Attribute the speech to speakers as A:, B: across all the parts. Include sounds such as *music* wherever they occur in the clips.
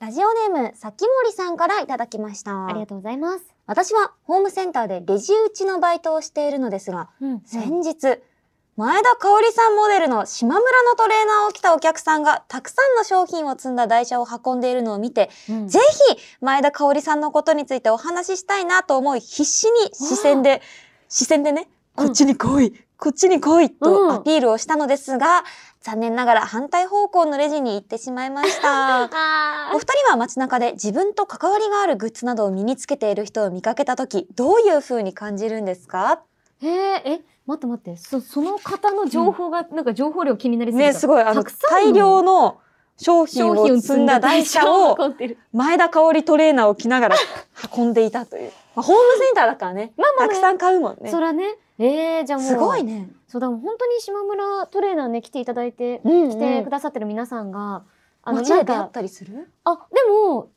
A: ラジオネーム、さきもりさんからいただきました。
B: ありがとうございます。
A: 私はホームセンターでレジ打ちのバイトをしているのですが、
B: うん
A: 先日、前田香織さんモデルの島村のトレーナーを着たお客さんがたくさんの商品を積んだ台車を運んでいるのを見て、
B: うん
A: ぜひ前田香織さんのことについてお話ししたいなと思い必死に視線で、視線でね、
B: うん
A: こっちに来い、こっちに来い
B: うん
A: とアピールをしたのですが、残念ながら反対方向のレジに行ってしまいました。
B: あ
A: *laughs* お二人は街中で自分と関わりがあるグッズなどを身につけている人を見かけた時どういう風に感じるんですか
B: ーえーえ、待って待って、そ、その方の情報が、なんか情報量気になりすぎた
A: ねすごいあの
B: たくさんの
A: 大量の商品
B: 商
A: を
B: 品を
A: 積んだ台車を
B: 運んでる
A: 前田香織トレーナーを着 *laughs* ながら運んでいたという、まあ、ホームセンターだからね
B: まあまあ
A: た
B: ま
A: く
B: あ
A: さん買うもんね
B: そらね。えー、じゃあもう。
A: すごい。ね、
B: そうだ、本当に島村トレーナーね、来ていただいて、
A: うん
B: 来てくださってる皆さんが、あの、
A: 街
B: な
A: で
B: ん
A: 出会
B: か
A: っ、たりする
B: あ、でも、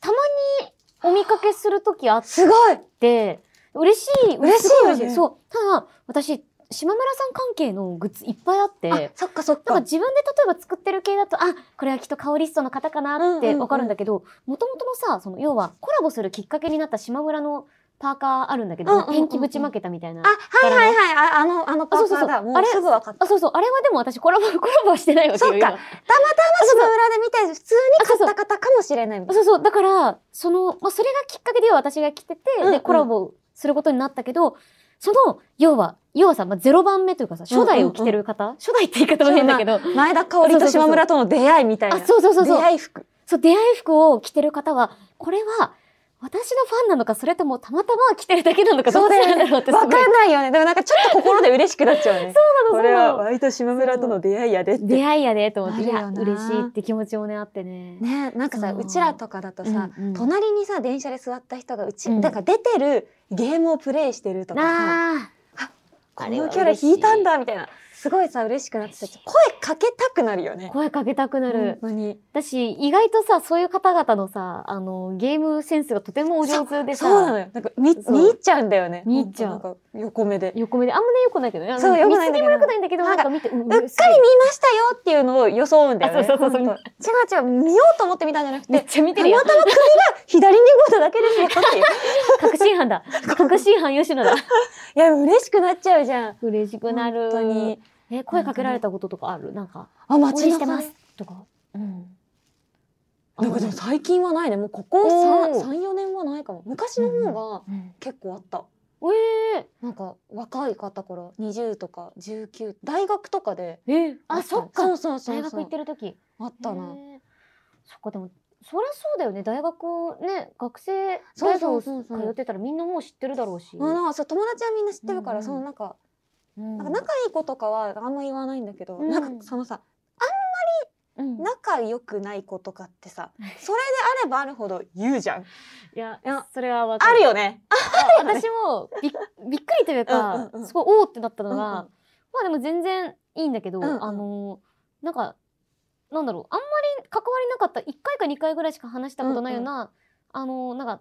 B: たまにお見かけするときあっ
A: すごい
B: て、嬉しい、
A: 嬉しい
B: すご
A: よね
B: 嬉そう。ただ、私、島村さん関係のグッズいっぱいあって、
A: あそっかそっ
B: なんか
A: か
B: 自分で例えば作ってる系だと、あ、これはきっとカオリストの方かなっ
A: うんうん
B: て
A: うん
B: わかるんだけど、もともとのさ、その要はコラボするきっかけになった島村のパーカーあるんだけど、
A: うんうんうんうん
B: ペンキぶちまけたみたいな。
A: あはいはいはいああのあのパーカーだ
B: そうそうそう
A: もうすぐ分かった
B: あ、そうそう、あれはでも私コラボ、 *laughs* コラボはしてないわけよ。
A: そっか
B: 今
A: 私の裏で見て普通に買
B: あそうそ
A: った
B: う
A: 方かもしれないみたい
B: そうそう、だから、その、まあ、それがきっかけで要は私が来てて、
A: うんう
B: で、
A: ん
B: コラボすることになったけど、その、要は、要はさ、まあ、0番目というかさ、初代を着てる方、初代って言い方も変だけど、
A: な前田香織と島村との出会いみたいな
B: あ、そうそうそうそう
A: 出、会い服
B: そう、出会い服を着てる方は、これは、私のファンなのか、それともたまたま着てるだけなのか、ど
A: そう
B: っち
A: だ
B: な
A: よ
B: んだ
A: ね。
B: ろう
A: わ
B: ってすごい。
A: かんないよね。でもなんかちょっと心で嬉しくなっちゃうね。
B: そう
A: こ
B: なの
A: れは
B: そうなの
A: 割と島村との出会いやでって。
B: 出会いやね、と思って、い
A: なる
B: や、
A: よな
B: 嬉しいって気持ちもね、あってね。
A: ね、なんかさ、
B: そう
A: うちらとかだとさ、
B: うんうん
A: 隣にさ、電車で座った人がうち、
B: うん
A: なんか出てるゲームをプレイしてるとかさ、
B: なあ、
A: このキャラ引いたんだみたいな、すごいさ、嬉しくなってさ、
B: 嬉しい
A: 声かけたくなるよね。
B: 声かけたくなる。
A: 本当に。
B: だし、意外とさ、そういう方々のさ、あの、ゲームセンスがとてもお上手でさ、
A: そうなのよ。なんか見、見
B: そう
A: 入っちゃうんだよね。
B: 見入っちゃう
A: 本当なんか横目で。
B: 横目で、あんまね、良くないけどね。あの
A: そう良くないんだけど
B: 見過ぎも良くないんだけど、
A: な
B: なんん
A: か
B: か見て、う
A: うっかり見ま
B: すごい
A: したよっていうのを装うんだよね。
B: あそうそうそうそう
A: 本当違う違う、見ようと思って見たんじゃなく
B: め
A: て
B: っ、ちゃ見て
A: た
B: るやん
A: ま。たま首が左に動いただけ
B: *laughs*
A: ですよっていう。
B: 確信
A: *laughs*
B: 犯だ。確信犯吉野だ。
A: いや、嬉しくなっちゃうじゃん。
B: 嬉しくな
A: 本
B: る。
A: 当に。
B: え、声かけられたこととかあるなんか、
A: あ、
B: 応援してま
A: 中
B: す
A: で。
B: とか。うん。
A: なんかでも
B: あ
A: 最近はないね。もうここ
B: おー
A: 3、3 4年はないかも。昔の方が
B: うん
A: 結構あった。
B: え
A: なんか若い方から20とか19、大学とかで。
B: ーえー
A: あ
B: あ、
A: った
B: そっか。
A: そうそうそうそう。
B: 大学行ってる時。
A: あったな。
B: へーそっか、でも、そりゃそうだよね。大学、ね、学生、
A: そう
B: 大
A: そ
B: 学
A: うそうそう
B: 通ってたらみんなもう知ってるだろうし。
A: あのそう友達はみんな知ってるから、
B: うん
A: そのなんか
B: うん
A: なんか仲いい子とかはあんま言わないんだけど、
B: うん
A: なんかそのさ
B: うん
A: 仲良くない子とかって
B: *laughs*
A: さそれであればあるほど言うじゃん
B: いや
A: いや、
B: それはわか
A: あ
B: る
A: るよね
B: あ私もびびっくりという
A: うん
B: か
A: うんうん
B: すごいおおってなったのが、
A: うんうん
B: まあでも全然いいんだけど、
A: うんうん
B: あのなんかなんだろうあんまり関わりなかった1回か2回ぐらいしか話したことないような、あのなんか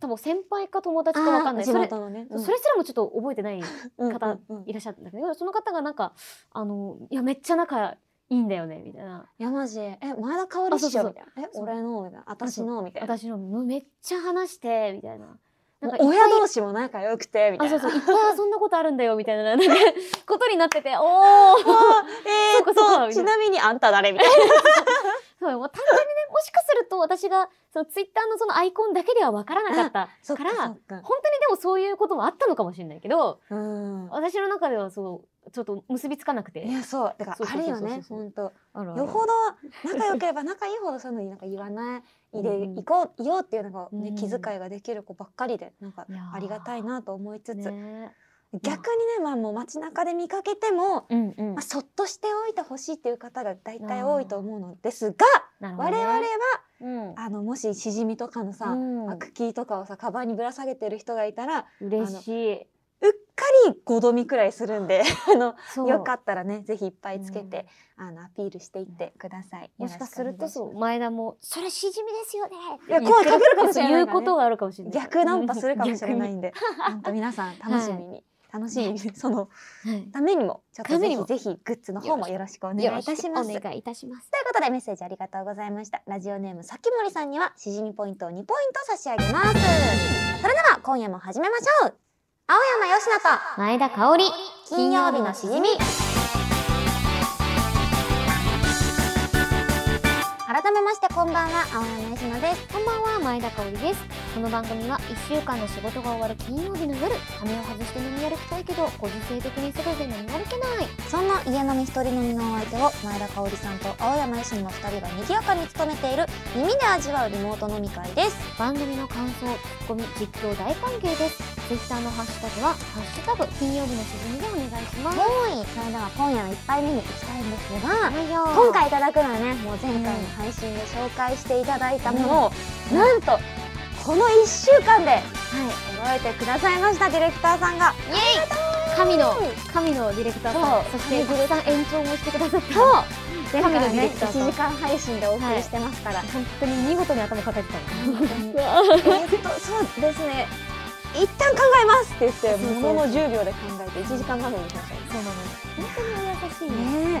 B: 多分先輩か友達かわかんない
A: 地
B: それ,、
A: 元のね
B: それすらもちょっと覚えてない方
A: うんうんうん
B: いらっしゃったんだけどその方がなんかあのいやめっちゃ仲いいんだよねみたいな
A: やまじえ前田香織っし
B: あ
A: ょ
B: そ
A: み
B: う
A: たいなえ
B: そう
A: 俺のみたいな私のみたいな
B: 私のめっちゃ話してみたいな。なんかいっぱい
A: 親同士も仲良くてみた
B: あ
A: い
B: そ
A: な
B: うそういっぱい遊んだことあるんだよみたいななんかことになっててお *laughs* お
A: あーえ
B: そうかそう
A: ーっ
B: か
A: とちなみにあんた誰みたいな
B: そうもう単純にね、 *laughs* もしかすると私が、そのツイッターのそのアイコンだけでは分からなかった。
A: そっ
B: から、
A: そ
B: 本
A: っか
B: 当にでもそういうこともあったのかもしれないけど、
A: うん
B: 私の中ではそう、ちょっと結びつかなくて
A: い。やそうだから
B: そう
A: あ
B: そう
A: れ
B: そうそう
A: よね本当
B: あるある
A: よほど仲良ければ仲いいほどそういうのになんか言わない
B: うん
A: で
B: うん
A: 行こういようっていうのがね
B: うん
A: 気遣いができる子ばっかりでなんか
B: いやー
A: ありがたいなと思いつつ逆にね
B: ね
A: まあもう街中で見かけても
B: うんうん
A: まあ。そっとしておいてほしいっていう方が大体多いと思うのですが
B: なるほど
A: 我
B: ね
A: 々は
B: うん
A: あのもししじみとかのさ、
B: うん
A: まあ茎とかをさカバンにぶら下げてる人がいたら
B: 嬉しい。
A: うっかり5度見くらいするんで *laughs* あの
B: そう
A: よかったらねぜひいっぱいつけて、あのアピールしていってください。
B: もしかするとそ
A: よ
B: う、前田も、それしじみですよね
A: いや声かけるかもしれないからね
B: 言うことがあるかもしれ
A: ろしくお願いします逆
B: ない。
A: ナンパするかもしれない
B: 逆に。
A: んで本当皆さん楽しみに楽しい、その、
B: はい
A: ためにも、ちょっと
B: ため
A: ぜ
B: に
A: ひ
B: も
A: ぜひグッズの方もよろしくお願いいたします。という
B: お願いいたします。
A: ことでメッセージありがとうございました。ラジオネームさきもりさんにはしじみポイントを2ポイント差し上げます。それでは今夜も始めましょう。青山よしなと
B: 前田香織、
A: 金曜日のしじみ。改めましてこんばんは青山よしなです。
B: こんばんは、前田香織です。この番組は1週間の仕事が終わる金曜日の夜、羽を外して飲み歩きたいけど、ご時世的に外で飲み歩けない。
A: そんな家飲み一人飲みのお相手を前田香織さんと青山よしの2人が賑やかに務めている耳で味わうリモート飲み会です。
B: 番組の感想、ツッコミ、実況大歓迎です。ツイッターのハッシュタグは、ハッシュタグ、金曜日のしじみでお願いします。
A: はい、それでは今夜の一杯目に行きたいんですが、
B: はいよ
A: 今回いただくのはね、もう前回の配信で紹介していただいたものを、
B: うん
A: なんと、この1週間で
B: は
A: 覚えてくださいました、ディレクターさんが。
B: い、イエイ神の、神のディレクターさん、
A: そ
B: そうして、たくさん延長もしてくださった。
A: そう前回
B: 神の
A: は
B: ディ
A: ね、
B: レクターさん
A: 1時間配信でお送りしてますから。
B: 本当に見事に頭抱えてたの。
A: えーっと、そうですね、一旦考えますって言って、
B: そうそうそう
A: ものの10秒で考えて1時間半でにしましたよ。
B: そうなの。本当にお優しいね。
A: ね
B: ね。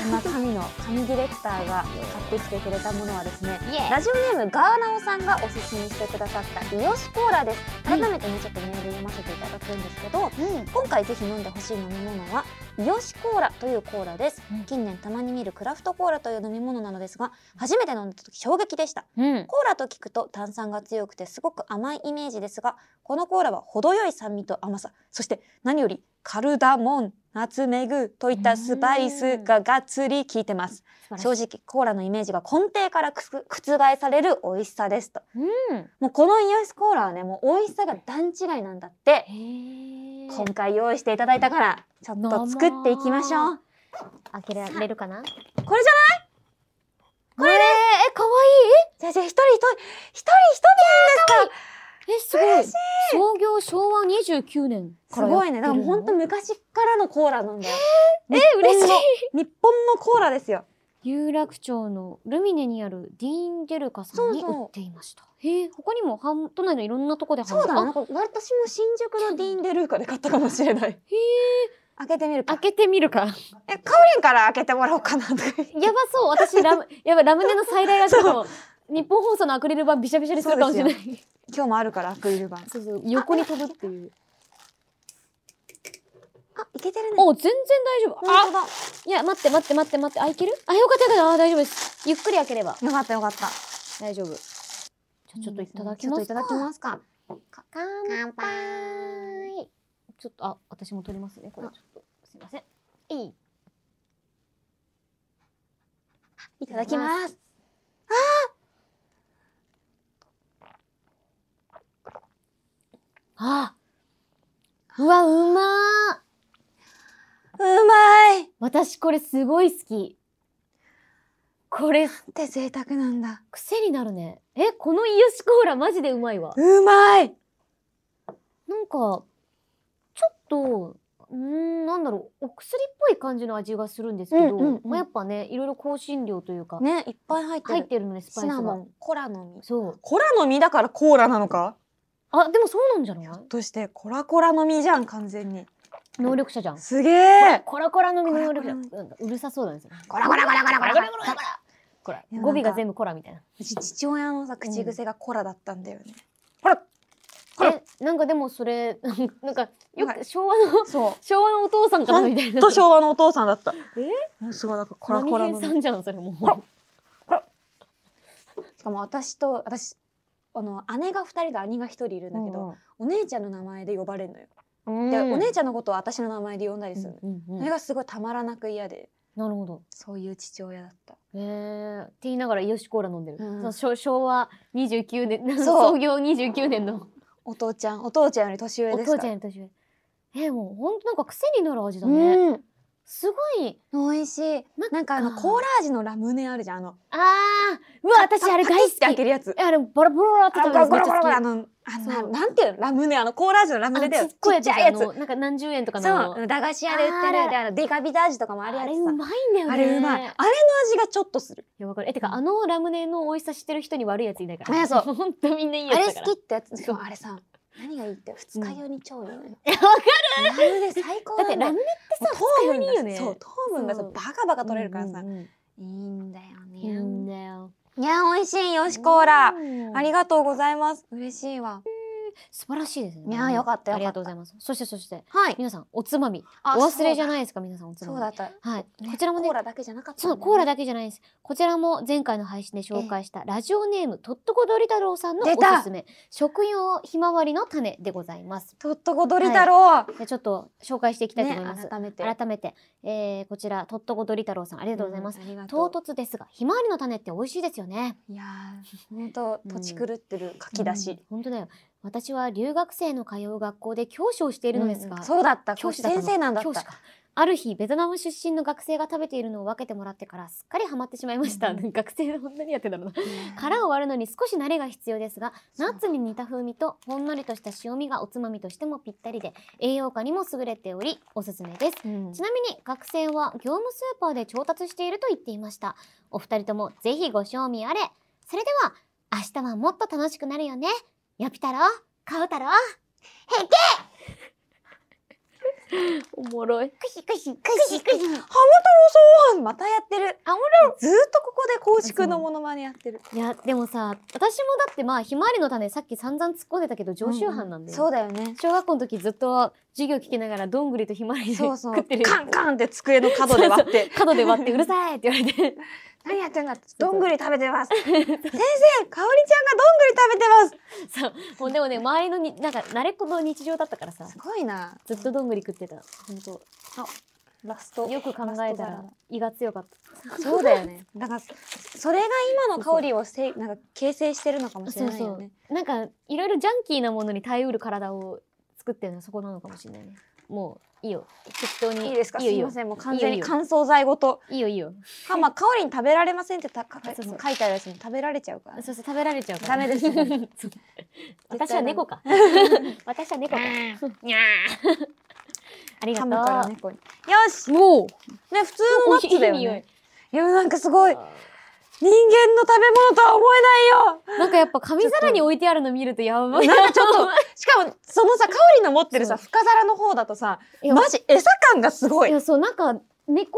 A: え、そんな神の神ディレクターが買ってきてくれたものはですね、
B: イエイ
A: ラジオネームガーナオさんがおすすめしてくださったイオシコーラです改めてねちょっとメール読ませていただくんですけど、
B: うん。
A: 今回ぜひ飲んでほしい飲み物はイオシコーラというコーラです、
B: うん
A: 近年たまに見るクラフトコーラという飲み物なのですが初めて飲んだ時衝撃でした
B: うん。
A: コーラと聞くと炭酸が強くてすごく甘いイメージですがこのコーラは程よい酸味と甘さそして何よりカルダモンナツメグといったスパイスががっつり効いてます正
B: 正直。
A: 直コーラのイメージが根底からくす覆される美味しさですと
B: うん。
A: もうこのイオシスコーラはねもう美味しさが段違いなんだって
B: へえ。
A: 今回用意していただいたからちょっと作っていきましょう
B: 開けられるかな。
A: これじゃ
B: これええ可
A: じゃあじゃあ一人一人一人一人で
B: 愛い。えすごい。創業昭和二十九年
A: すからすごいねだから本当
B: に
A: 昔からのコーラなんだよえ
B: え嬉しい。
A: 日本のコーラですよ
B: 有楽町のルミネにあるディーンデルカさんに
A: そうそう
B: 売っていました。へえ他にも販都内のいろんなとこで販
A: そうだな
B: あ
A: んか私も新宿のディーンデルーカで買ったかもしれない
B: へえ
A: 開けてみるか
B: 開けてみるか。
A: えカオリンから開けてもらおうかなとか言って *laughs*
B: やばそう私ラム *laughs* やばいラムネの最大がちょっと日本放送のアクリル板びしゃびしゃにするかもしれない。
A: 今日もあるからアクリル板
B: そうそう横に飛ぶっていう。
A: あいけてるね
B: お全然大丈夫。あ
A: 本当だ
B: いや、待って待って待って待って。あ、いけるあ、よかったよかった。あ、大丈夫です。ゆっくり開ければ
A: よかったよかった。
B: 大丈夫。じゃあ、ちょっといただき
A: ちょっ
B: ま
A: と
B: す
A: いただきますか。
B: 乾
A: 乾
B: 杯。ちょっと、あ、私も取りますね。これちょっと。すいません。いい。
A: いただきます。
B: あうわ、うまー
A: うまい。
B: 私これすごい好き。これ、
A: って贅沢なんだ。
B: 癖になるね。え、このイヨシコーラマジでうまいわ。
A: うまい。
B: なんか、ちょっと、うーん、なんだろう、お薬っぽい感じの味がするんですけど、
A: うんうんうん
B: まあ、やっぱね、いろいろ香辛料というか、
A: ね、いっぱい入って
B: 入っ
A: る。
B: てるので、スパイ
A: シ
B: ス
A: ナモ
B: が。
A: ン、コラの実。
B: そう。
A: コラの実だからコーラなのか。
B: あ、でもそうなんじゃない
A: としてコラコラの実じゃん完全に。
B: 能力者じゃん。
A: すげえ。
B: コラコラの実能力者。
A: コ
B: うんうるさそうなんですよ。
A: コラコラコラコラコラコラ。
B: コラコラコラ
A: いや
B: 語尾
A: なん
B: が
A: か
B: 全部コラみたいな。
A: うち父親のさ口癖がコラだったんだよね。ほら。コラ
B: え、なんかでもそれ、 *laughs* なんかなんか、よ
A: なん
B: く昭和の、
A: そ。
B: 昭和のお父さんかなみたいうな。
A: と昭和のお父さんだった。
B: え
A: もうすごいなんかコラ
B: 何
A: コラ
B: 編
A: の
B: さ
A: 実。
B: んじゃん、それもう。
A: コラしかも私と私あの姉が二人で兄が一人いるんだけど、お姉ちゃんの名前で呼ばれるのよ。
B: うん、
A: で、お姉
B: ち
A: ちゃんのことを私の名前で呼んだりするの、
B: うんうんうん
A: それがすごいたまらなく嫌で
B: なるほど。
A: そういう父親だった
B: えー、って言いながらイヨシコーラ飲んでる、
A: うん
B: その昭昭和29年
A: そう
B: 創業29年の
A: お父ちゃんお父ちゃんより年上
B: お
A: ですか
B: 父
A: ら
B: ちゃんの年上えー、もうほんとなんか癖になる味だね、
A: うん
B: すごい
A: 美味しい
B: なんか
A: なんかあのコーラ味のラムネあるじゃんあの
B: あーうわ私あれ大
A: パキっ
B: 好
A: て
B: き
A: 開け
B: え
A: るやつ
B: あれボロボロって
A: あ
B: 食
A: の
B: べ
A: ゴ
B: る
A: ロ
B: の
A: ゴロゴロゴ
B: めっちゃ好き
A: ロ
B: あ
A: あのあのな
B: そう
A: なんていうのラムネあのコーラ味のラムネ
B: の
A: だ
B: ち
A: よ
B: っ
A: ち
B: こ
A: っ
B: いやつ
A: ちゃいやつ
B: あのなんか何十円とか
A: そ
B: の
A: うあの駄菓子屋で売ってる
B: あー
A: であのデカビタ味とかもあ
B: あ
A: るや
B: れ
A: つ
B: う
A: さ
B: まいんだよね
A: あれうまいあれの味がちょっとする
B: やわかるえてかあのラムネの美味しさ知ってる人に悪いやついないから
A: あそう
B: *laughs* 本当みんないい
A: あ
B: や
A: れ
B: つだか
A: 好
B: ら
A: きってやつしかもあれさ何がいいって二日酔いに超いいのよ。
B: いやわか
A: ラムネ最高
B: だ
A: なんだよ
B: ってラムネってさ
A: 糖分
B: 使い
A: が
B: よね
A: そう糖分がさ
B: そう
A: バカバカ取れるからさ、
B: うんうんうん
A: いいんだよ
B: いい
A: ね。
B: んだよ
A: いや美味しいよしコーラ、あり
B: が
A: がとうございます嬉しいわ。
B: 素晴らしいですね
A: いやーよかったよかった
B: ありがとうございますそしてそして
A: はい。
B: 皆さんおつまみお
A: あ
B: 忘れじゃ
A: い。
B: ないですか皆さんおつま
A: そ
B: み
A: うだった。
B: はい
A: ね
B: こちらもね
A: コーラだけじゃなかったんだ
B: そ
A: ね、
B: う、コーラだけじゃないです。こちらも前回の配信で紹介したラジオネーム、とっとこどり太郎さんの
A: 出
B: お
A: た
B: すすめ、食用ひまわりの種でございます。
A: とっとこどり太郎、
B: でちょっと紹介していきたいと思います。
A: ね、改めて。
B: 改めて、えーこちら、とっとこどり太郎さん、ありがとうございます。
A: ん。ありがと
B: 唐
A: う。
B: 突ですが、ひまわりの種って美味しいですよね。
A: いやー、本当土地狂ってる書き出し。
B: うん本当だよ。私は留学生の通う学校で教師をしているのですが、
A: うんそうだった。
B: 教師だった
A: 先
B: の
A: 生なんだった。
B: 教師かある日ベトナム出身の学生が食べているのを分けてもらってからすっかりハマってしまいました、
A: うん
B: 学生はこんなにやってたの
A: ね
B: 殻を割るのに少し慣れが必要ですが
A: そう
B: ナッツに似た風味とほんのりとした塩味がおつまみとしてもぴったりで栄養価にも優れておりおすすめです
A: うん
B: ちなみに学生は業務スーパーで調達していると言っていましたお二人ともぜひご賞味あれそれでは明日はもっと楽しくなるよねやぴ太郎買う太郎へけおもろい
A: くしくしくしくし。ハム太郎さんまたやってる。
B: あおも
A: ずーっとここで公式のモノマネやってる。
B: いやでもさ私もだってまあひまわりの種さっき散々突っ込んでたけど常習犯なんだよ、
A: そうだよね。
B: 小学校の時ずっと授業聞きながらどんぐりとひまわりで
A: そうそう。
B: 食ってる
A: カンカンって机の角で割って。
B: 角で割ってうるさいって言われて *laughs*
A: 何やってんだって
B: そう
A: どんぐり食べてます。先生、かおりちゃんがどんぐり食べて
B: そうもうでもね周りのになんか慣れっこの日常だったからさ
A: ます。すごいな。
B: ずっとどんぐり食ってた本
A: ラス
B: 当
A: ト。
B: よく考えたら胃が強かった
A: そうだよ *laughs* ね。だから、それが今のかおりをせい、なんか形成してるのかもしれないよね。
B: なんかいろいろジャンキーなものに耐えうる体を作ってるのはそこなのかもしれないねもういいよ適当に
A: いいですか。
B: い
A: す
B: いよいい
A: み
B: よ
A: ません、もう完全
B: いい
A: に
B: よ
A: 乾燥剤ごと。
B: いいよいいよ
A: あ、まあ、かおりに食べられませんってた、か、書い
B: そうそう
A: てあるやつも食べられちゃうから。
B: そうそう食べられちゃう
A: ダ
B: から
A: メですよ
B: そう *laughs* 私は
A: *laughs*
B: 猫か私は猫か
A: にゃ
B: *laughs* あり
A: 噛
B: がと
A: むから
B: う
A: 猫に。よし、
B: もう
A: ね、普通のナッツだよ
B: いい匂い
A: ね。いや、なんかすごい。人間の食べ物とは思えないよ。
B: なんかやっぱ紙皿に置いてあるの見るとやばい。
A: なんかちょっと、しかも、そのさ、香りの持ってるさ、
B: そ
A: 深皿の方だとさ、
B: い *laughs* や
A: マジ餌感がすご
B: い
A: い。
B: やそうなんか猫耳み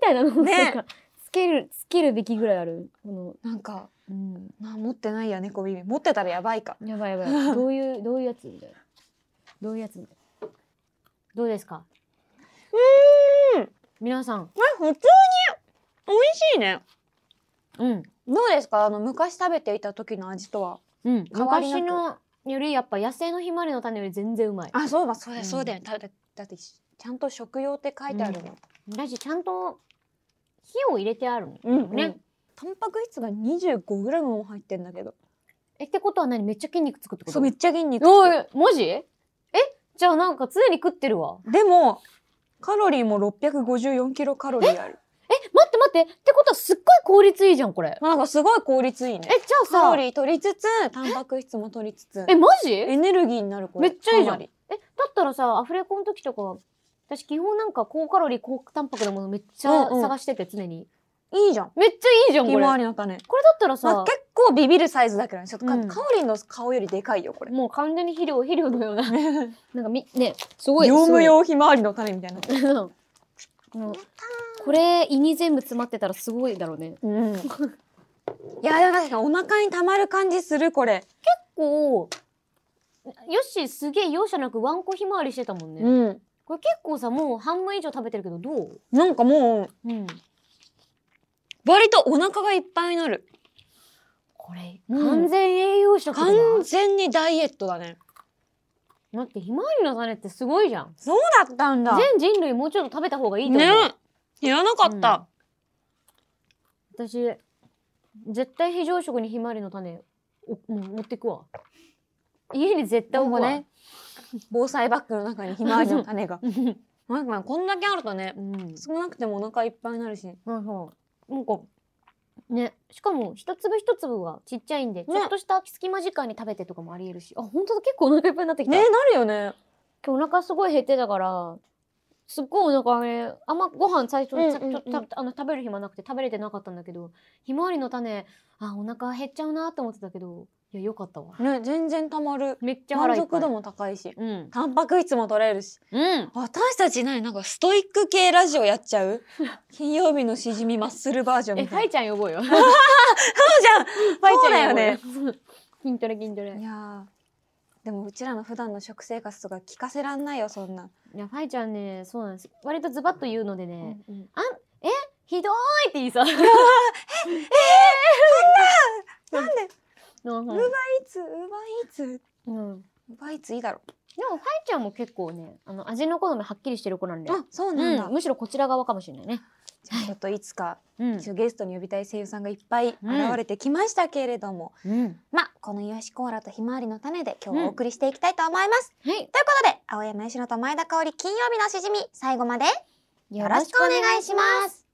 B: たいなの
A: ね
B: なんかつけるつけるべきぐらいあるこの
A: なんか、
B: うん
A: な持ってないや、猫耳。持ってたらやばいか。
B: やばい
A: *laughs*
B: やばいどういうどういうやつみたいなどういうやつみたいなどうですか
A: うーん。
B: 皆さん
A: これ普通に、美味しいね。
B: うん
A: どうですかあの、昔食べていた時の味とは。
B: うん
A: 変わりなく
B: 昔のよりやっぱ野生のひまわりの種より全然うまい
A: あ、そうだ、そう
B: う
A: だ、
B: ん
A: そうだよね。だってだって、ちゃんと食用って書いてあるの。
B: だしちゃんと火を入れてあるの
A: うん、
B: ね
A: ね。タンパク質が 25g も入ってんだけど。
B: えってことは何めっちゃ筋肉つくってこと
A: そう、めっちゃ筋肉つく。
B: おいマジえじゃあなんか常に食ってるわ
A: でも、カロリーも654キロカロリーある。
B: え待って待ってってことはすっごい効率いいじゃんこれ
A: なんかすごい効率いいね
B: え。じゃあさ
A: カロリー取りつつ、タンパク質も取りつつ、
B: えマジえ
A: エネルギーになるこれ。
B: めっちゃいいじゃん
A: かなり
B: だったらさアフレコの時とか私基本なんか高カロリー高タンパクなものめっちゃ
A: うんうん
B: 探してて常に、
A: いいじゃん。
B: めっちゃいいじゃん
A: ひ
B: これ
A: ま
B: こ
A: わ
B: れ
A: り
B: だ
A: の種。
B: ったらさ、
A: まあ、結構ビビるサイズだけどね。ちょっとか、
B: うん
A: カオリンの顔よりでかいよ、 *laughs* これ。
B: もう完全に肥料肥料のようななんかみねすごい
A: 業務用ひまわりの種みたいな。
B: すごい *laughs* うんこれ胃に全部詰まってたらすごいだろうね結
A: うん。いや、でも確かにお腹にたまる感じする、これ。
B: 構よっしーすげえ容赦なくワンコひまわりしてたもんね、
A: うん。
B: これ結構さもう半分以上食べてるけどどう
A: なんかもう、
B: うん
A: 割とお腹がいっぱいになる。
B: これ、
A: うん
B: 完全栄養食だな
A: 完全にダイエットだね。
B: 待ってひまわりの種ってすごいじゃん
A: そうだったんだ。
B: 全人類もうちょっと食べた方がいいと思う、
A: ね知らなかった。
B: うん私絶対非常食にひまわりの種おもう持ってくわ家に絶対置くわ、
A: なんか防災バッグの中にひまわりの種が。 *laughs* なんかこんだけあるとね
B: う、ん
A: 少なくてもお腹いっぱいになるし。
B: そうそうなんかねしかも一粒一粒がちっちゃいんで、ちょっとした隙間時間に食べてとかもありえるしあ本当だ結構お腹いっぱいになってきた、
A: ね、なるよね。
B: 今日お腹すごい減ってたからすっごいお腹ねあんまご飯最初
A: うん
B: ちょ
A: うんうん
B: ちょっとたあの食べる暇なくて食べれてなかったんだけどひまわりの種あお腹減っちゃうなと思ってたけどいや、よかったわ。
A: ね、全然たまる。
B: めっちゃ腹
A: 満
B: いっぱ
A: 足
B: い。
A: 度も高いし、
B: うん。
A: タンパク質も取れるし。
B: うん。
A: 私たち何なんかストイック系ラジオやっちゃ *laughs* う金曜日のしじみマッスルバージョン
B: え、
A: みた
B: ファ
A: い
B: イ
A: な。
B: ちゃん呼ぼ
A: *laughs*
B: うよ。ファイ
A: そうじ
B: ちゃん呼ぼ
A: そうだよね。
B: *laughs* 筋トレ筋トレ。
A: ゃんい
B: い
A: やーでもうちらの普段の食生活とか聞かせらんないよ、そんな。
B: や、ファイちゃんね、そうなんです。割とズバッと言うのでね、
A: うん
B: ひどーいって言いそう。
A: *laughs* なんで
B: うん
A: ういつ、うまいつ、
B: うん。
A: うまいついいだろ。
B: でも、ファイちゃんも結構ね、あの、味の好みはっきりしてる子なんで。
A: あ、そうなんだ。
B: うん、むしろこちら側かもしれないね。
A: じゃあちょっといつか、
B: うん
A: 一応ゲストに呼びたい声優さんがいっぱい現れてきましたけれども、
B: うん。
A: まあこのイワシコーラとひまわりの種で今日はお送りしていきたいと思います。
B: はい。
A: ということで、青山吉野と前田香織金曜日のしじみ、最後まで
B: よ。
A: ろしくお願いします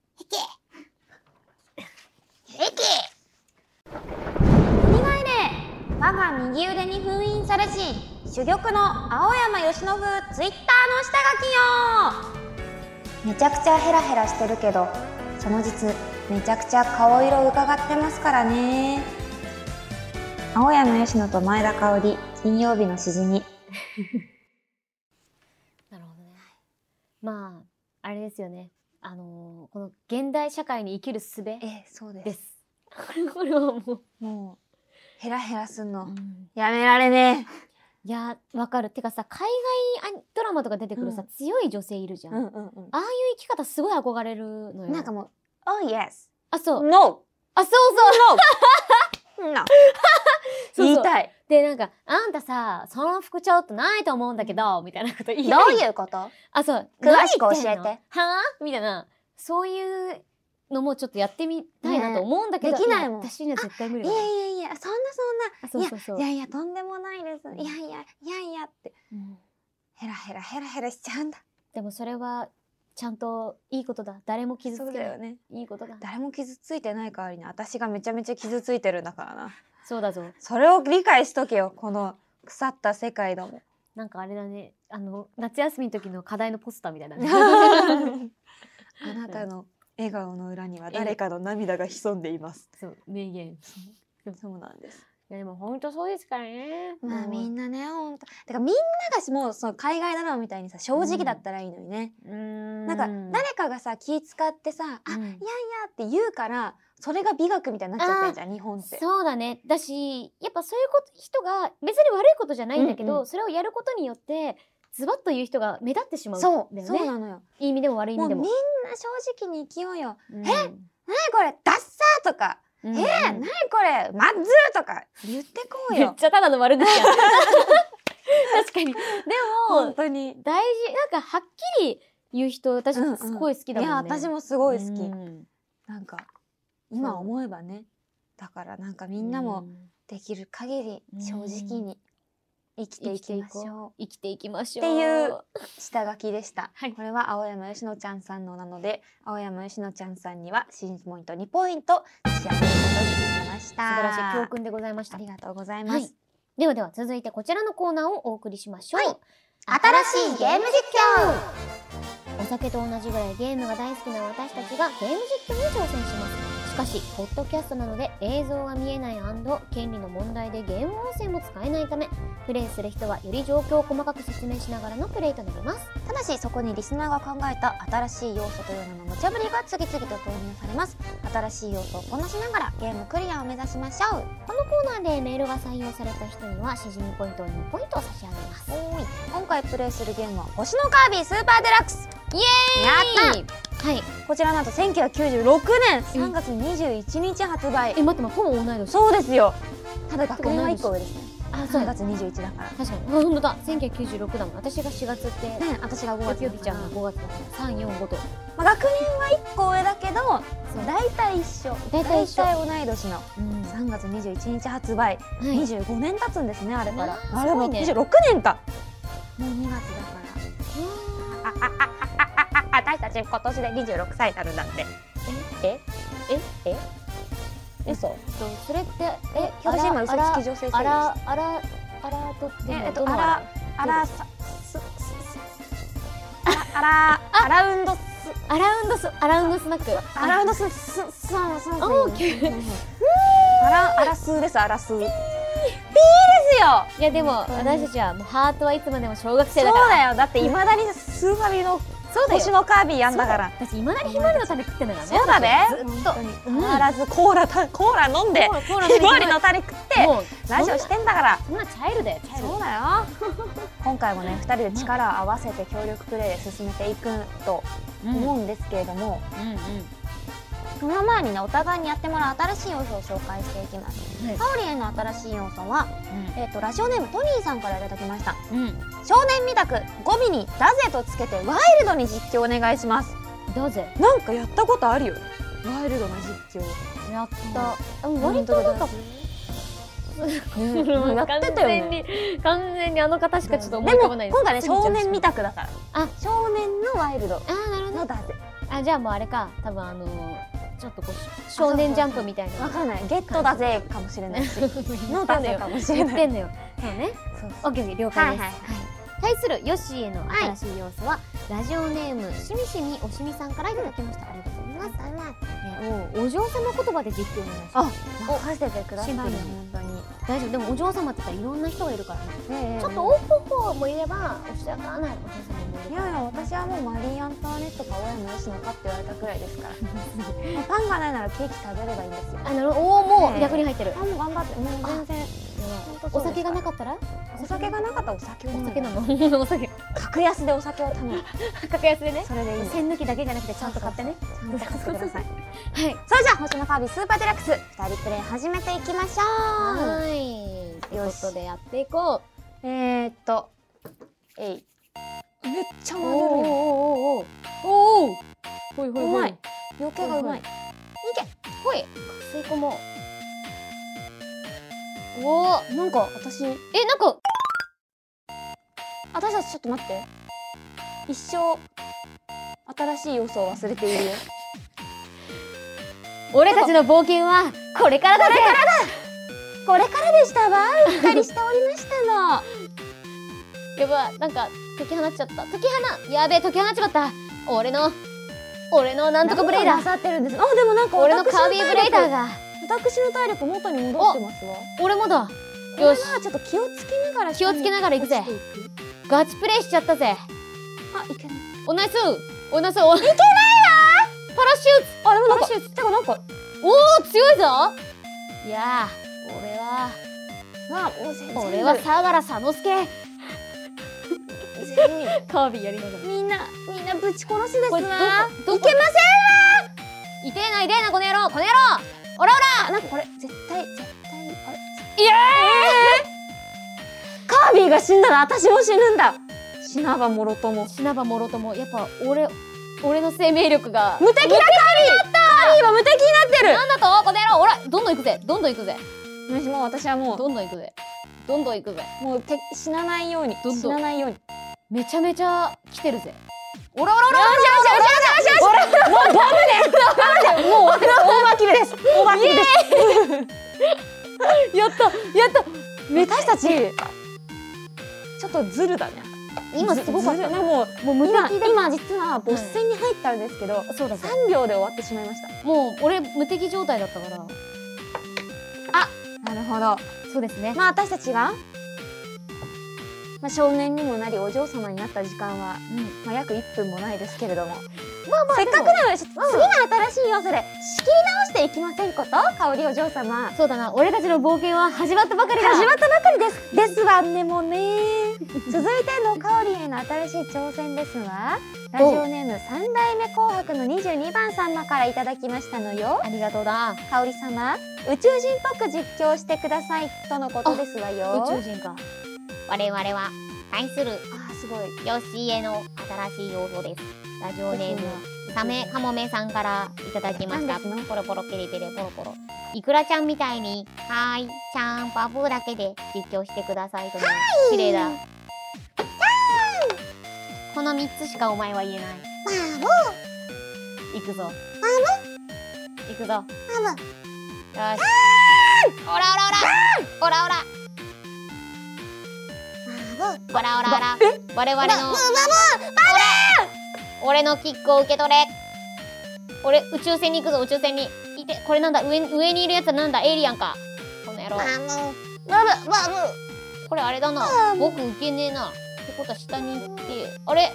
A: 我が右腕に封印されし珠玉の青山由伸風ツイッターの下書きよめちゃくちゃヘラヘラしてるけどその実めちゃくちゃ顔色うかがってますからね青山由伸と前田香織金曜日のしじみ
B: なるほどね。まあ、あれですよね。あのーこの現代社会に生きる術で
A: えそうです
B: す。これはも
A: もうヘラヘラすん
B: う、
A: のやめられね
B: いや、わかる。てかさ、海外アドラマとか出てくるさ、
A: うん
B: 強い女性いるじ
A: え
B: ゃん。あ
A: うんう
B: あいう生き方すごい憧れるのよ。
A: なんかもう「Oh yes
B: あ、そう。
A: No
B: あ、そうそう。
A: *laughs* No
B: そうそう
A: 言いたい
B: で、なんか、あんたさ、その服ちょっとないと思うんだけど、みたいなこと言い
A: どう
B: う
A: いうこと
B: あ、そう。
A: 詳しく教えて
B: 何言んのはぁみたいな。そういうのもちょっとやってみたいなと思うんだけど。
A: ねできないもん
B: や私には絶対無
A: い
B: 理
A: や
B: だ
A: い
B: ね。
A: やいやそんなそんな
B: あそうそうそう
A: い。やいやとんでもないです
B: ん
A: いやいやいやいやって
B: うん
A: ヘラヘラヘラヘラしちゃうんだ
B: でもそれは、ちゃんといいことだ。誰も傷つ
A: そう
B: け
A: だ
B: な
A: よ
B: い。
A: ね
B: いいことだ。
A: 誰も傷ついてない代わりに私がめちゃめちゃ傷ついてるんだからな
B: そうだぞ。
A: それを理解しとけよこの腐った世界ど *laughs* も
B: なんかあれだね。あの、夏休みの時の課題のポスターみたい
A: *laughs*
B: だね。
A: あなたの笑顔の裏には誰かの涙が潜んでいます
B: そう、名言。い
A: そうなんです
B: や、でも本当そうですからね。
A: まあみ
B: な。
A: んなねほんとてかみんながもうその海外ドラマみたいにさ正直だったらいいのにね、
B: うん。
A: なんか誰かがさ気使ってさ「あ
B: う
A: っ
B: ん
A: て言うからそれが美学みたいになっちゃってんじゃん日本って。
B: そうだねだしやっぱそういうこと人が別に悪いことじゃないんだけど、
A: うんう
B: それをやることによってズバッと言う人が目立ってしまう
A: そ
B: ん
A: う、
B: だよ
A: そう
B: ね
A: なのよ。
B: いい意味でも悪い意
A: も
B: 味
A: うみ
B: で
A: ん
B: も
A: な。正直に生きようよ。
B: うん
A: なにこれダッサーとか、
B: うん
A: えー、なにこれマッズーとか言ってこう
B: めっ
A: よ。
B: ちゃただの悪口やん
A: *laughs*
B: 確かにでも
A: 当に。い
B: 大事なんかはっきり言う人私
A: うんうん
B: すごい好きだもんね、
A: や私もすごい好き。
B: うん
A: なんか今思えばね。だからなんかみんな
B: う
A: も
B: ん
A: できる限り正直に生きていきましょ
B: 生きていきましょ
A: っ
B: う
A: ていうう。下書きでした。
B: はい
A: これは青山佳乃ちゃんさんのなので青山佳乃ちゃんさんには新ポイント2ポイント差し上げることになりました
B: 素晴らしい教訓でございまし
A: あ
B: た
A: りがとうございます、
B: ではでは続いてこちらのコーナーをお送りしましょう、
C: 新しいゲーム実況
B: お酒と同じぐらいゲームが大好きな私たちがゲーム実況に挑戦しますしかしポッドキャストなので映像が見えない権利の問題でゲーム音声も使えないためプレイする人はより状況を細かく説明しながらのプレイとなります
A: ただしそこにリスナーが考えた新しい要素というのの持ちぶりが次々と投入されます新しい要素をこなしながらゲームクリアを目指しましょう
B: このコーナーでメールが採用された人にはしじみポイントを2ポイントを差し上げます
A: おーい今回プレイするゲームは星のカービィスーパーデラックス
B: イ
A: エやっ
B: イはい
A: たこちらなんと1996年3月21日発売、
B: え待って待ってほぼ同い年
A: そうですよただ学年は1個上ですね
B: あそう
A: 3
B: だ
A: 月21だから
B: 確かにほんとだ1996だもん私が4月って
A: ね、私が5
B: よ
A: 月
B: ぴよぴちゃんが5月だから345と
A: まあ、学年は1個上だけど
B: そう
A: 大体一緒
B: 大体一緒
A: 大体同い年の
B: うんは
A: 3月21日発売、
B: い
A: 25年経つんですねあれから
B: わあ
A: あれ
B: すご
A: も
B: いね
A: 26年かもう2月だからああああああ私たち今年で26歳になるんだってええええ嘘
B: そうそれって
A: え
B: え
A: 私今嘘つき女性声優
B: あらあらあらとって
A: ええっ
B: ど
A: と
B: の
A: あ
B: あら
A: らあらさすすすあらあらアラウンドす
B: アラウンドスアラウンドスナック
A: アラウンドすすすすすす
B: オーケー
A: あらあらすですあらす。すよ
B: いやでも私たちはもうハートはいつまでも小学
A: そ
B: 生
A: う
B: だから
A: だよだっていまだにスーファミの
B: そう
A: 星のカービィやんだから
B: 私いまだにひまわりの種食ってんだからね
A: そうだね
B: 私ずっと
A: 必ずコーラたコーラ飲んで
B: コーラコーラ
A: ひまわりの種食って
B: もう
A: ラジオしてんだから
B: そんなチャイルだよチャイル
A: そうだよ
B: *laughs*
A: 今回もね2人で力を合わせて協力プレーで進めていくと
B: うんうん
A: 思うんですけれども、
B: うん
A: その前にねお互いにやってもらう新しい要素を紹介していきます、
B: はい
A: カオリへの新しい要素は、えー、とラジオネームトニーさんからいただきました
B: うんうん
A: 少年みたく語尾に「だぜ」とつけてワイルドに実況お願いします
B: どうぜ
A: なんかやったことあるよワイルドな実況
B: やっ
A: うん
B: 割となんか
A: うんやってたよね
B: 完全に完全にあの方しかちょっと思い
A: で
B: 浮か
A: も
B: ばない
A: 今回ね少年み
B: た
A: たくだから
B: あ
A: 少年のワイルド
B: あーなるほど
A: のだぜ
B: あじゃあもうあれか多分あのーちょっとこう少年ジャンプみたいな
A: わかんないゲットだぜかもし
B: *laughs*
A: れないしのだぜかもしれ
B: 言
A: な
B: っ
A: い
B: てんのよそうね
A: そうそ
B: オッ
A: う
B: ケーオッケー了
A: は
B: 解
A: い
B: です、
A: はい
B: 対するヨッシーへの
D: はい
B: 新しい要素は、ラジオネームしみしみおしみさんからいただきました、ありがとうございます、ねおお嬢様言葉で実況お願いします
A: あ任せてください
B: シンプルに
A: 本当にね
B: 大丈夫でもお嬢様って言ったらいろんな人がいるからね、
A: え
B: ちょっと大方法もいればおしらかないお嬢様もい
A: い
B: るから
A: やいや私はもうマリー・アントワネットか親の吉野かって言われたくらいですからもう *laughs* パンがないならケーキ食べればいいんですよ
B: あなるほどおおも
A: ね
B: う
A: え
B: 逆に入ってる、
A: パンも頑張ってもう全然
B: お酒がなかったら
A: お酒がなかったらお酒を飲
B: お
A: む
B: 酒なのお酒
A: 格安でお酒を頼 *laughs* む
B: *laughs* 格安でね
A: それでいいの
B: 栓抜きだけじゃなくてちゃんと買ってね
A: ちゃんと *laughs* 買ってください
B: はい
A: それじゃあ星のカービィスーパーデラックス二人プレイ始めていきましょう
B: はいってことでやっていこう
A: えー、っとえいめっちゃ
B: おー
A: るよ
B: おーおーおーおーほいほいほいう
A: まい余計がうまいい
B: ほい吸い込もうおお
A: けなんか私
B: えなんか
A: 私たちちょっと待って一生新しい要素を忘れているよ
B: 俺たちの冒険はこれからだぜ
A: これからでしたわうっかりしておりましたの
B: やばいなんか解き放っちゃった解き放やべえ解き放っちまった俺の俺のなんとかブレイダ
A: 何を
B: ー
A: なさってるんですあでもなんか
B: 俺のカービィブレイダー
A: が
B: が
A: 私の体力元に戻ってますわ
B: 俺もだ
A: よ
B: よ
A: し
B: し
A: ちょっと気をつけながら
B: 気をつけながら行くぜ
A: 落ちていく
B: ガチプレイしちゃったぜ
A: あいけない
B: おなすおなすおいけないなパラシュート
A: あでもなんか
B: パラシュ
A: てかなんか
B: おお強いぞいやー俺は
A: あもう全然
B: 俺は相良佐之助
A: 全然
B: カービィやりながら
A: みんなみんなぶち殺しです
B: こ
A: わ
B: れどこ
A: いけま
B: 痛えな痛えなこの野郎この野郎
A: せんあなんかこれ絶対絶対あれ
B: イエ
A: カービィが死んだら私も死ぬんだ死なばもろとも
B: ーイ死なばもろともやっぱ俺俺の生命力が
A: 無敵なカービィカービィは無敵になってる
B: なんだとこの野郎おらどんどん行くぜどんどん行くぜ
A: よしもう私はも
B: どんどん行くぜどんどん行くぜ
A: うもうて死なないように
B: どんどん
A: 死なないように
B: めちゃめちゃ来てるぜおらおらおら
A: よしよしよしよしもうボムですもう私大負けです大負けです
B: やったやった
A: 私たちちょっとズルだね
B: 今すごかった
A: ずずるもう
B: もう無
A: 今
B: 敵だ
A: 今実はボス戦に入ったんですけど、
B: そうだぜ
A: 3秒で終わってしまいました
B: もう俺無敵状態だったから
A: なるほど
B: そうですね
A: まあ私たちが、まあ、少年にもなりお嬢様になった時間は、
B: ん
A: まあ、約1分もないですけれども
B: まあま
A: せっ
B: でも
A: かくなのでちょっと次の新しい要素で仕切り直していきませんこと香りお嬢様
B: そうだな俺たちの冒険は始まったばかりだ
A: 始まったばかりですですわねもね *laughs* 続いての香りへの新しい挑戦ですわラジオネーム三代目紅白の22番様からいただきましたのよ
B: ありがとうだ宇
A: 香織様宇宙人っぽく実況してくださいとのことですわよ
B: 宙人か
D: 我々は対する
A: あーすごい
D: ヨッシーへの新しい要素です。ラジオネーム、サメカモメさんからいただきまし
A: な
D: た。
A: んですの
D: ポロポロケレペレポロポロ。イクラちゃんみたいに、はーい、ちゃん、バブーだけで実況してくださいとね。綺麗だ。この3つしかお前は言えない。
B: 行くぞ行くぞよし
D: オラオラオラオラオラオラオラオラ我々の俺のキックを受け取れ俺宇宙船に行くぞ宇宙船にいてこれなんだ上に上にいるやつはなんだエイリアンかこの野郎
B: なるバブこれあれだな僕ウケねえなってことは下に行ってあれ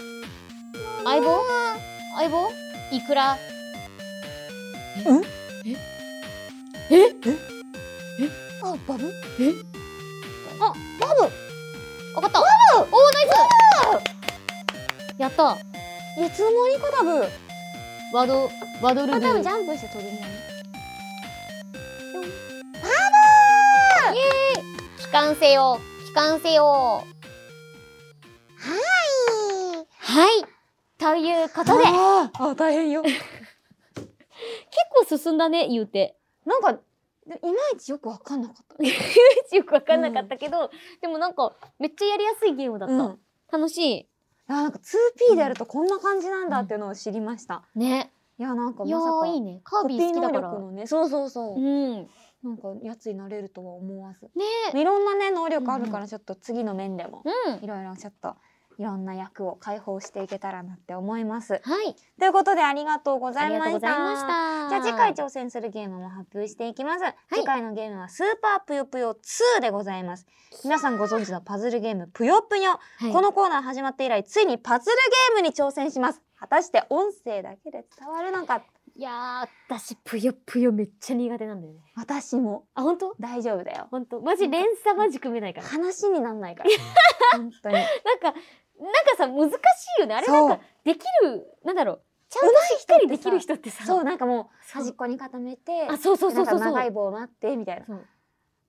B: 相棒相棒いくら
A: あバブ
B: わかったバブおーナイスやった
A: いつの間にかダブ
B: ワドワドル
A: まあ、
B: ル
A: 多分
B: ー
A: ジャンプして飛ぶんだね
B: 帰還せよ帰還せよはいということで結
A: あーあ大変よ
B: 構進んだね言うて
A: *laughs* なんかでいまいちよくわかんなかった
B: よくわかんなかったけど、でもなんかめっちゃやりやすいゲームだった、
A: うん
B: 楽しい
A: あなんか 2P でやるとこんな感じなんだっていうのを知りました、
B: ね
A: いやなんか
B: いや
A: まさか
B: ーいいねカー
A: コ
B: ビ
A: ピ
B: ィ
A: ー
B: 好き
A: 能
B: だか
A: 力
B: ら
A: のねそうそうそう、
B: うんね
A: なんかやつになれるとは思わず
B: え
A: いろんなね能力あるからちょっと次の面でも
B: うん
A: いろいろちょっといろんな役を解放していけたらなって思います
B: はい
A: ということでありがとうござ
B: あ
A: い
B: り
A: ま
B: がとうご
A: し
B: ざいま
A: た
B: した
A: じゃあ次回挑戦するゲームも発表していきます、次回のゲームはスーパーぷよぷよ2でございます皆さんご存知のパズルゲームぷよぷよ
B: はい
A: このコーナー始まって以来ついにパズルゲームに挑戦します果たして音声だけで伝わるのか
B: いやー私ぷよぷよめっちゃ苦手なんだよね
A: 私も
B: あ本当
A: 大丈夫だよ
B: 本当マジ連鎖マジ組めないから
A: 話になん *laughs* ないから本当に
B: なんかなんかさ難しいよねあれ
A: そ
B: な
A: うん
B: かできるなんだろうちゃん
A: 上
B: としっかり
A: 手い人ってさ
B: できる人ってさ
A: そうなんかもう
B: そう
A: 端っこに固めて
B: あそうそうそ
A: な
B: うそう
A: んか
B: そう
A: 長い棒を待ってみたいな
B: そう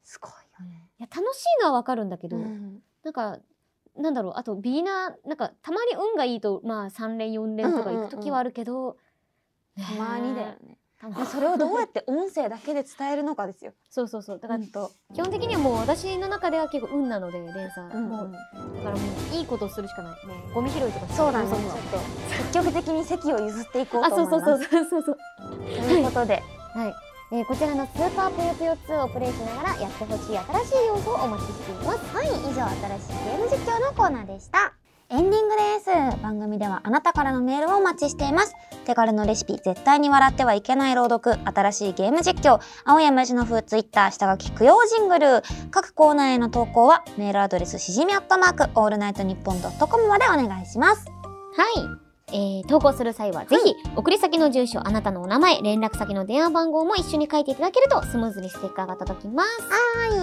A: すごいよね、
B: いや楽しいのはわかるんだけど、
A: うん
B: なんかなんだろうあとビーナーなんかたまに運がいいとまあ3連4連とか行く時はあるけど、ね
A: た
B: え
A: まにだよね
B: たま
A: でそれをどうやって音声だけで伝えるのかですよ
B: そうそうそうだから
A: 本当
B: 基本的にはもう私の中では結構運なので連鎖、
A: うん
B: もうだからもういいことをするしかないもうゴミ拾いとか
A: そうだねちょ
B: そ
A: っ
B: う
A: と積極的に席を譲っていこう
B: あ
A: と
B: そ
A: 思
B: う
A: い
B: そ
A: ま
B: う
A: す
B: そうそうそうそう
A: ということで
D: はい、えーこちらのスーパーぷよぷよ2をプレイしながらやってほしい新しい要素をお待ちしていますはい以上新しいゲーム実況のコーナーでした
A: エンディングです番組ではあなたからのメールをお待ちしています手軽のレシピ絶対に笑ってはいけない朗読新しいゲーム実況青山由の風ツイッター下書き供養ジングル各コーナーへの投稿はメールアドレスしじみアットマークオールナイトニッポンドットコムまでお願いします
B: はい、えー、投稿する際はぜひ送り先の住所あなたのお名前連絡先の電話番号も一緒に書いていただけるとスムーズにステッカーが届きます
A: はい、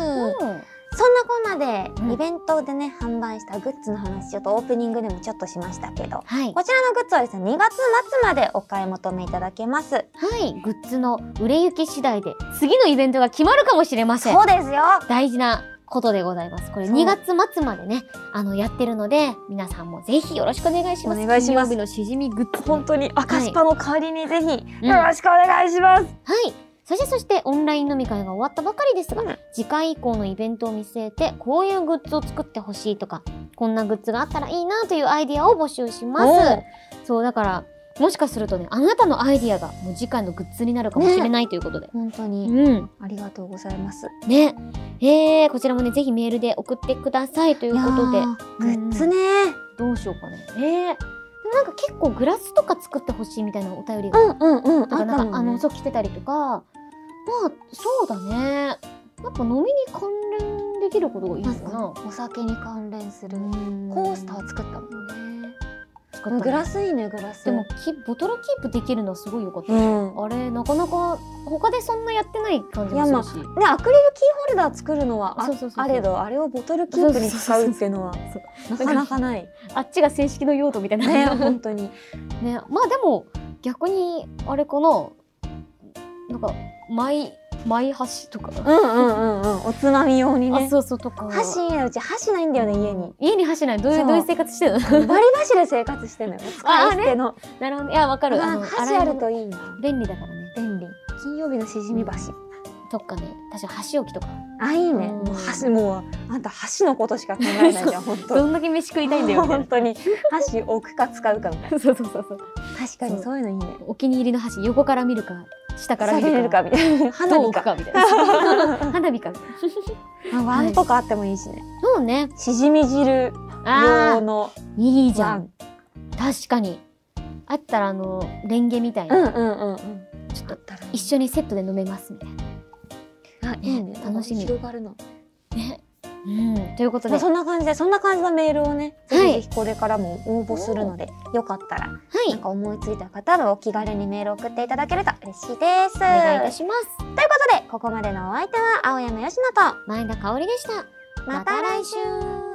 B: うん
A: そんなこんなで、
B: うん
A: イベントでね販売したグッズの話ちょっとオープニングでもちょっとしましたけど
B: はい、
A: こちらのグッズはですね2月末までお買い求めいただけます
B: はい、グッズの売れ行き次第で次のイベントが決まるかもしれません
A: そうですよ
B: 大事なことでございますこれ
A: そう
B: 2月末までねあのやってるので皆さんもぜひよろしくお願いします
A: お願いします
B: 金曜日のしじみグッズ
A: 本当に赤シパの代わりにぜひよ
B: うん
A: ろしくお願いします、
B: はい。そしてそしてオンライン飲み会が終わったばかりですが、
A: うん
B: 次回以降のイベントを見据えてこういうグッズを作ってほしいとかこんなグッズがあったらいいなというアイディアを募集しま
A: お
B: す
A: う。
B: そうだからもしかするとねあなたのアイディアがもう次回のグッズになるかもしれないということで。
A: 本当
B: う
A: に
B: ん。
A: ありがとうございます
B: ね。えー、こちらもねぜひメールで送ってくださいということで
A: やーグッズね、
B: どうしようかね。えー、でもなんか結構グラスとか作ってほしいみたいなお便りが
A: んうんうん
B: とかなんか、あの
A: そ
B: そう来てたりとかまあそうだねやっぱ飲みに関連できることがいい
A: な
B: の
A: ん
B: か
A: か
B: な
A: お酒に関連するコ
B: コ
A: ースター作ったもんね
B: 使ったね
A: グラスいいねグラス
B: でもきボトルキープできるのはすごい良かった、
A: うん
B: あれなかなか他でそんなやってない感じもするし、
A: ねアクリルキーホルダー作るのはあ
B: そうそうそうそう
A: あれどあれをボトルキープに使うっていうのは
B: そ
A: な
B: う
A: かなかない
B: あっちが正式の用途みたい
A: *laughs*
B: な
A: ね
B: ね
A: 本当に
B: まあでも逆にあれかななんかマイマイ箸とか、
A: うんうんうんうんおつまみ用に
B: あ
A: ね
B: そうそうとか
A: 箸いいねうち箸ないんだよね家に
B: 家に箸ないどうい
A: そう
B: うどういう生活してるの *laughs*
A: バリ箸で生活してんのよ使い捨ての
B: なるほどいやわかる
A: あ
B: の
A: 箸
B: 洗い
A: あ
B: 物
A: るといいな
B: 便利だからね
A: 便利金曜日のしじみ箸
B: とかね確か箸置きとか
A: あいいね
B: うん
A: もう箸もうあんた箸のことしか考えないじ *laughs* ゃん本当
B: どんだけ飯食いたいんだよみたい
A: *laughs* 本当に箸置くか使うかみたいな
B: なそうそうそうそう
A: 確かにそういうのいいね
B: お気に入りの箸横から見るか下から見
A: 下
B: るか
A: みたい *laughs* な花
B: どう
A: 火
B: 置く
A: か
B: かみたい
A: *laughs*
B: な花火か
A: あワンとかあってもいいしね
B: そうね
A: しじみ汁
B: あ
A: 用
B: ー
A: の
B: いいじ
A: ワ
B: ゃん
A: ン
B: 確かにあったらあのレンゲみたいな、
A: うんうんうんうん
B: ちょっと
A: あったら
B: 一緒にセットで飲めますみたいな
A: あいいね
B: ね楽しみ
A: 広がるの
B: うん、ということ
A: ま
B: で
A: あ、そんな感じでそんな感じのメールをね、ぜ
B: はい
A: ひぜひこれからも応募するのでよかったら
B: はい
A: なんか思いついた方はお気軽にメールを送っていただけると嬉しいです。
B: お願いいた
A: という
B: します
A: ことでここまでのお相手は青山佳乃と
B: 前田香織でした
A: また来週